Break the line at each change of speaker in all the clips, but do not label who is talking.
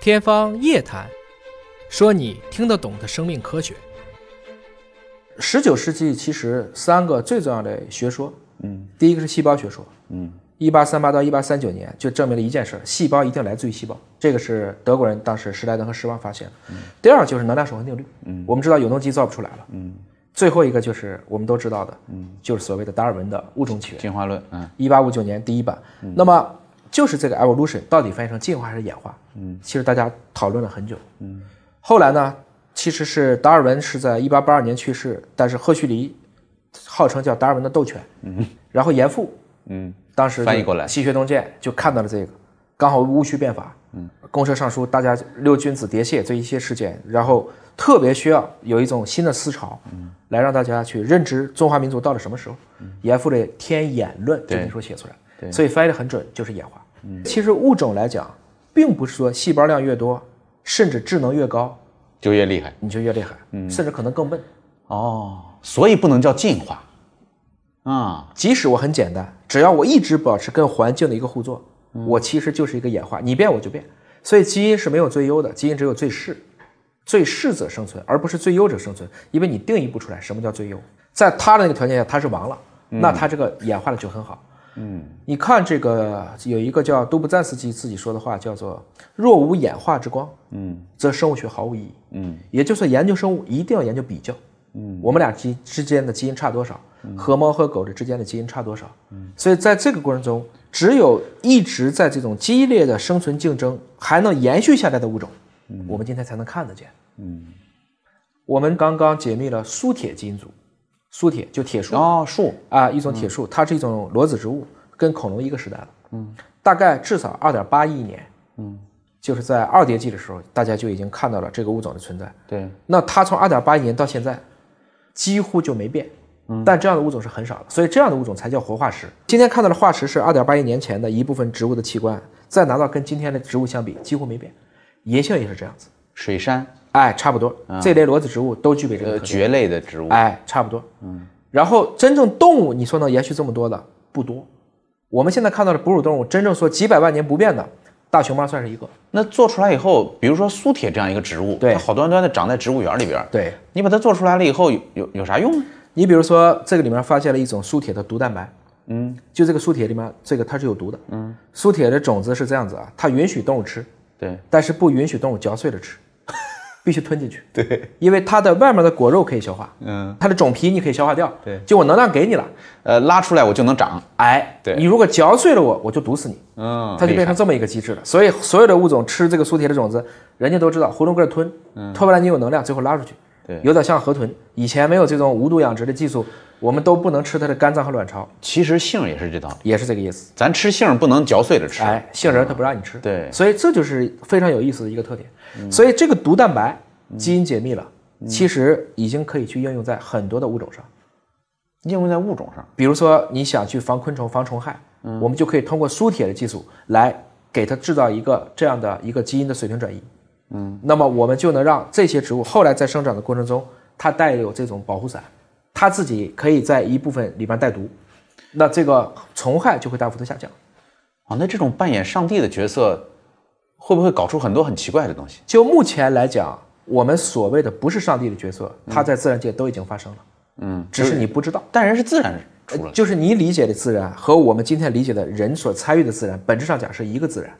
天方夜谭，说你听得懂的生命科学。
十九世纪其实三个最重要的学说，嗯，第一个是细胞学说，嗯，一八三八到一八三九年就证明了一件事儿：细胞一定来自于细胞，这个是德国人当时施莱登和施旺发现的。第二就是能量守恒定律，嗯，我们知道永动机造不出来了，嗯，最后一个就是我们都知道的，嗯，就是所谓的达尔文的物种起源，
进化论，嗯，
一八五九年第一版。那么就是这个 evolution 到底翻译成进化还是演化？嗯，其实大家讨论了很久。嗯，后来呢，其实是达尔文是在一八八二年去世，但是赫胥黎号称叫达尔文的斗犬。嗯，然后严复，嗯，当时就
翻译过来
西学东渐就看到了这个，刚好戊戌变法，嗯，公车上书，大家六君子喋谢这一些事件，然后特别需要有一种新的思潮，嗯，来让大家去认知中华民族到了什么时候。
嗯
严复的《天演论》这本书写出来，所以翻译的很准，就是演化。
嗯
其实物种来讲，并不是说细胞量越多，甚至智能越高，
就越厉害
你就越厉害，
嗯
甚至可能更笨。
哦，所以不能叫进化，啊、
即使我很简单，只要我一直保持跟环境的一个互作，我其实就是一个演化，你变我就变。所以基因是没有最优的，基因只有最适，最适者生存，而不是最优者生存，因为你定义不出来什么叫最优。在他的那个条件下，他是王了，那他这个演化的就很好。嗯，你看这个有一个叫杜布赞斯基自己说的话，叫做“若无演化之光，嗯，则生物学毫无意义。”嗯，也就是说，研究生物一定要研究比较。嗯，我们俩基之间的基因差多少？和猫和狗的之间的基因差多少？嗯，所以在这个过程中，只有一直在这种激烈的生存竞争还能延续下来的物种，我们今天才能看得见。嗯，我们刚刚解密了苏铁基因组，苏铁就铁树
哦，树
啊，一种铁树，它是一种裸子植物，跟恐龙一个时代了。嗯，大概至少二点八亿年。嗯，就是在二叠纪的时候，大家就已经看到了这个物种的存在。
对，
那它从二点八亿年到现在，几乎就没变。但这样的物种是很少的，所以这样的物种才叫活化石。今天看到的化石是二点八亿年前的一部分植物的器官，再拿到跟今天的植物相比，几乎没变。银杏也是这样子，
水杉，
哎，差不多。这类裸子植物都具备这个
呃，
特征，
蕨类的植物，
哎，差不多。嗯。然后真正动物，你说能延续这么多的不多。我们现在看到的哺乳动物，真正说几百万年不变的，大熊猫算是一个。
那做出来以后，比如说苏铁这样一个植物，
对
它好端端的长在植物园里边儿，
对，
你把它做出来了以后，有有有啥用呢？
你比如说，这个里面发现了一种苏铁的毒蛋白，嗯，就这个苏铁里面，这个它是有毒的，嗯，苏铁的种子是这样子啊，它允许动物吃，
对，
但是不允许动物嚼碎了吃， 必须吞进去，对，因为它的外面的果肉可以消化，
嗯，
它的种皮你可以消化掉，
对
就我能量给你了，
呃，拉出来我就能长，
哎，
对
你如果嚼碎了我，我就毒死你，
嗯，
它就
厉害
变成这么一个机制了。所以所有的物种吃这个苏铁的种子，人家都知道囫囵个儿吞，吞完了你有能量，最后拉出去。
嗯对
有点像河豚。以前没有这种无毒养殖的技术，我们都不能吃它的肝脏和卵巢，
其实杏儿也是这道理，
也是这个意思。
咱吃杏儿不能嚼碎了吃，
哎，杏仁它不让你吃，
嗯对嗯
所以这就是非常有意思的一个特点。所以这个毒蛋白基因解密了，其实已经可以去应用在很多的物种上。
应用在物种上，
比如说你想去防昆虫、防虫害，我们就可以通过输铁的技术来给它制造一个这样的一个基因的水平转移。嗯，那么我们就能让这些植物后来在生长的过程中，它带有这种保护伞，它自己可以在一部分里边带毒，那这个虫害就会大幅度下降。
哦，那这种扮演上帝的角色，会不会搞出很多很奇怪的东西？
就目前来讲，我们所谓的不是上帝的角色，它在自然界都已经发生了，
嗯，
只嗯是你不知道。
但人是自然出来的，
就是你理解的自然和我们今天理解的人所参与的自然，本质上讲是一个自然。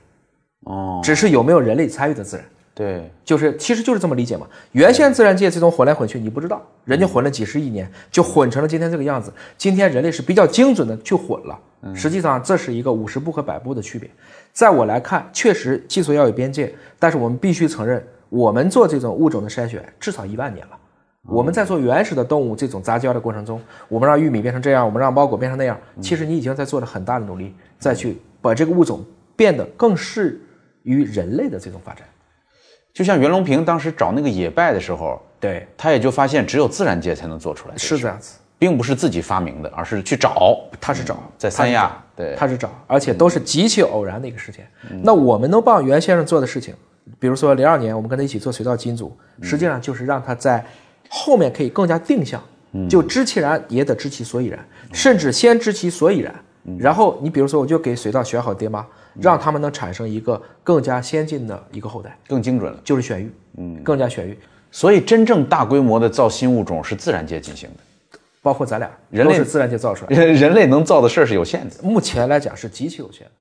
哦，
只是有没有人类参与的自然，
对，
就是其实就是这么理解嘛。原先自然界这种混来混去，你不知道，人家混了几十亿年，就混成了今天这个样子。今天人类是比较精准的去混了，实际上这是一个五十步和百步的区别。在我来看，确实技术要有边界，但是我们必须承认，我们做这种物种的筛选至少一万年了。我们在做原始的动物这种杂交的过程中，我们让玉米变成这样，我们让猫狗变成那样，其实你已经在做了很大的努力，再去把这个物种变得更适于人类的这种发展。
就像袁隆平当时找那个野拜的时候，
对，
他也就发现只有自然界才能做出来，
是这样子，
并不是自己发明的，而是去找，嗯
他是找
在三亚，对，
他是找，而且都是极其偶然的一个事件。那我们能帮袁先生做的事情，比如说零二年我们跟他一起做水稻基因组，实际上就是让他在后面可以更加定向，就知其然也得知其所以然，甚至先知其所以然。然后你比如说，我就给水稻选好爹妈，让他们能产生一个更加先进的一个后代，
更精准了。
就是选育，嗯，更加选育，
所以，真正大规模的造新物种是自然界进行的，
包括咱俩
人类
都是自然界造出来的。
人人类能造的事儿是有限的。
目前来讲是极其有限的。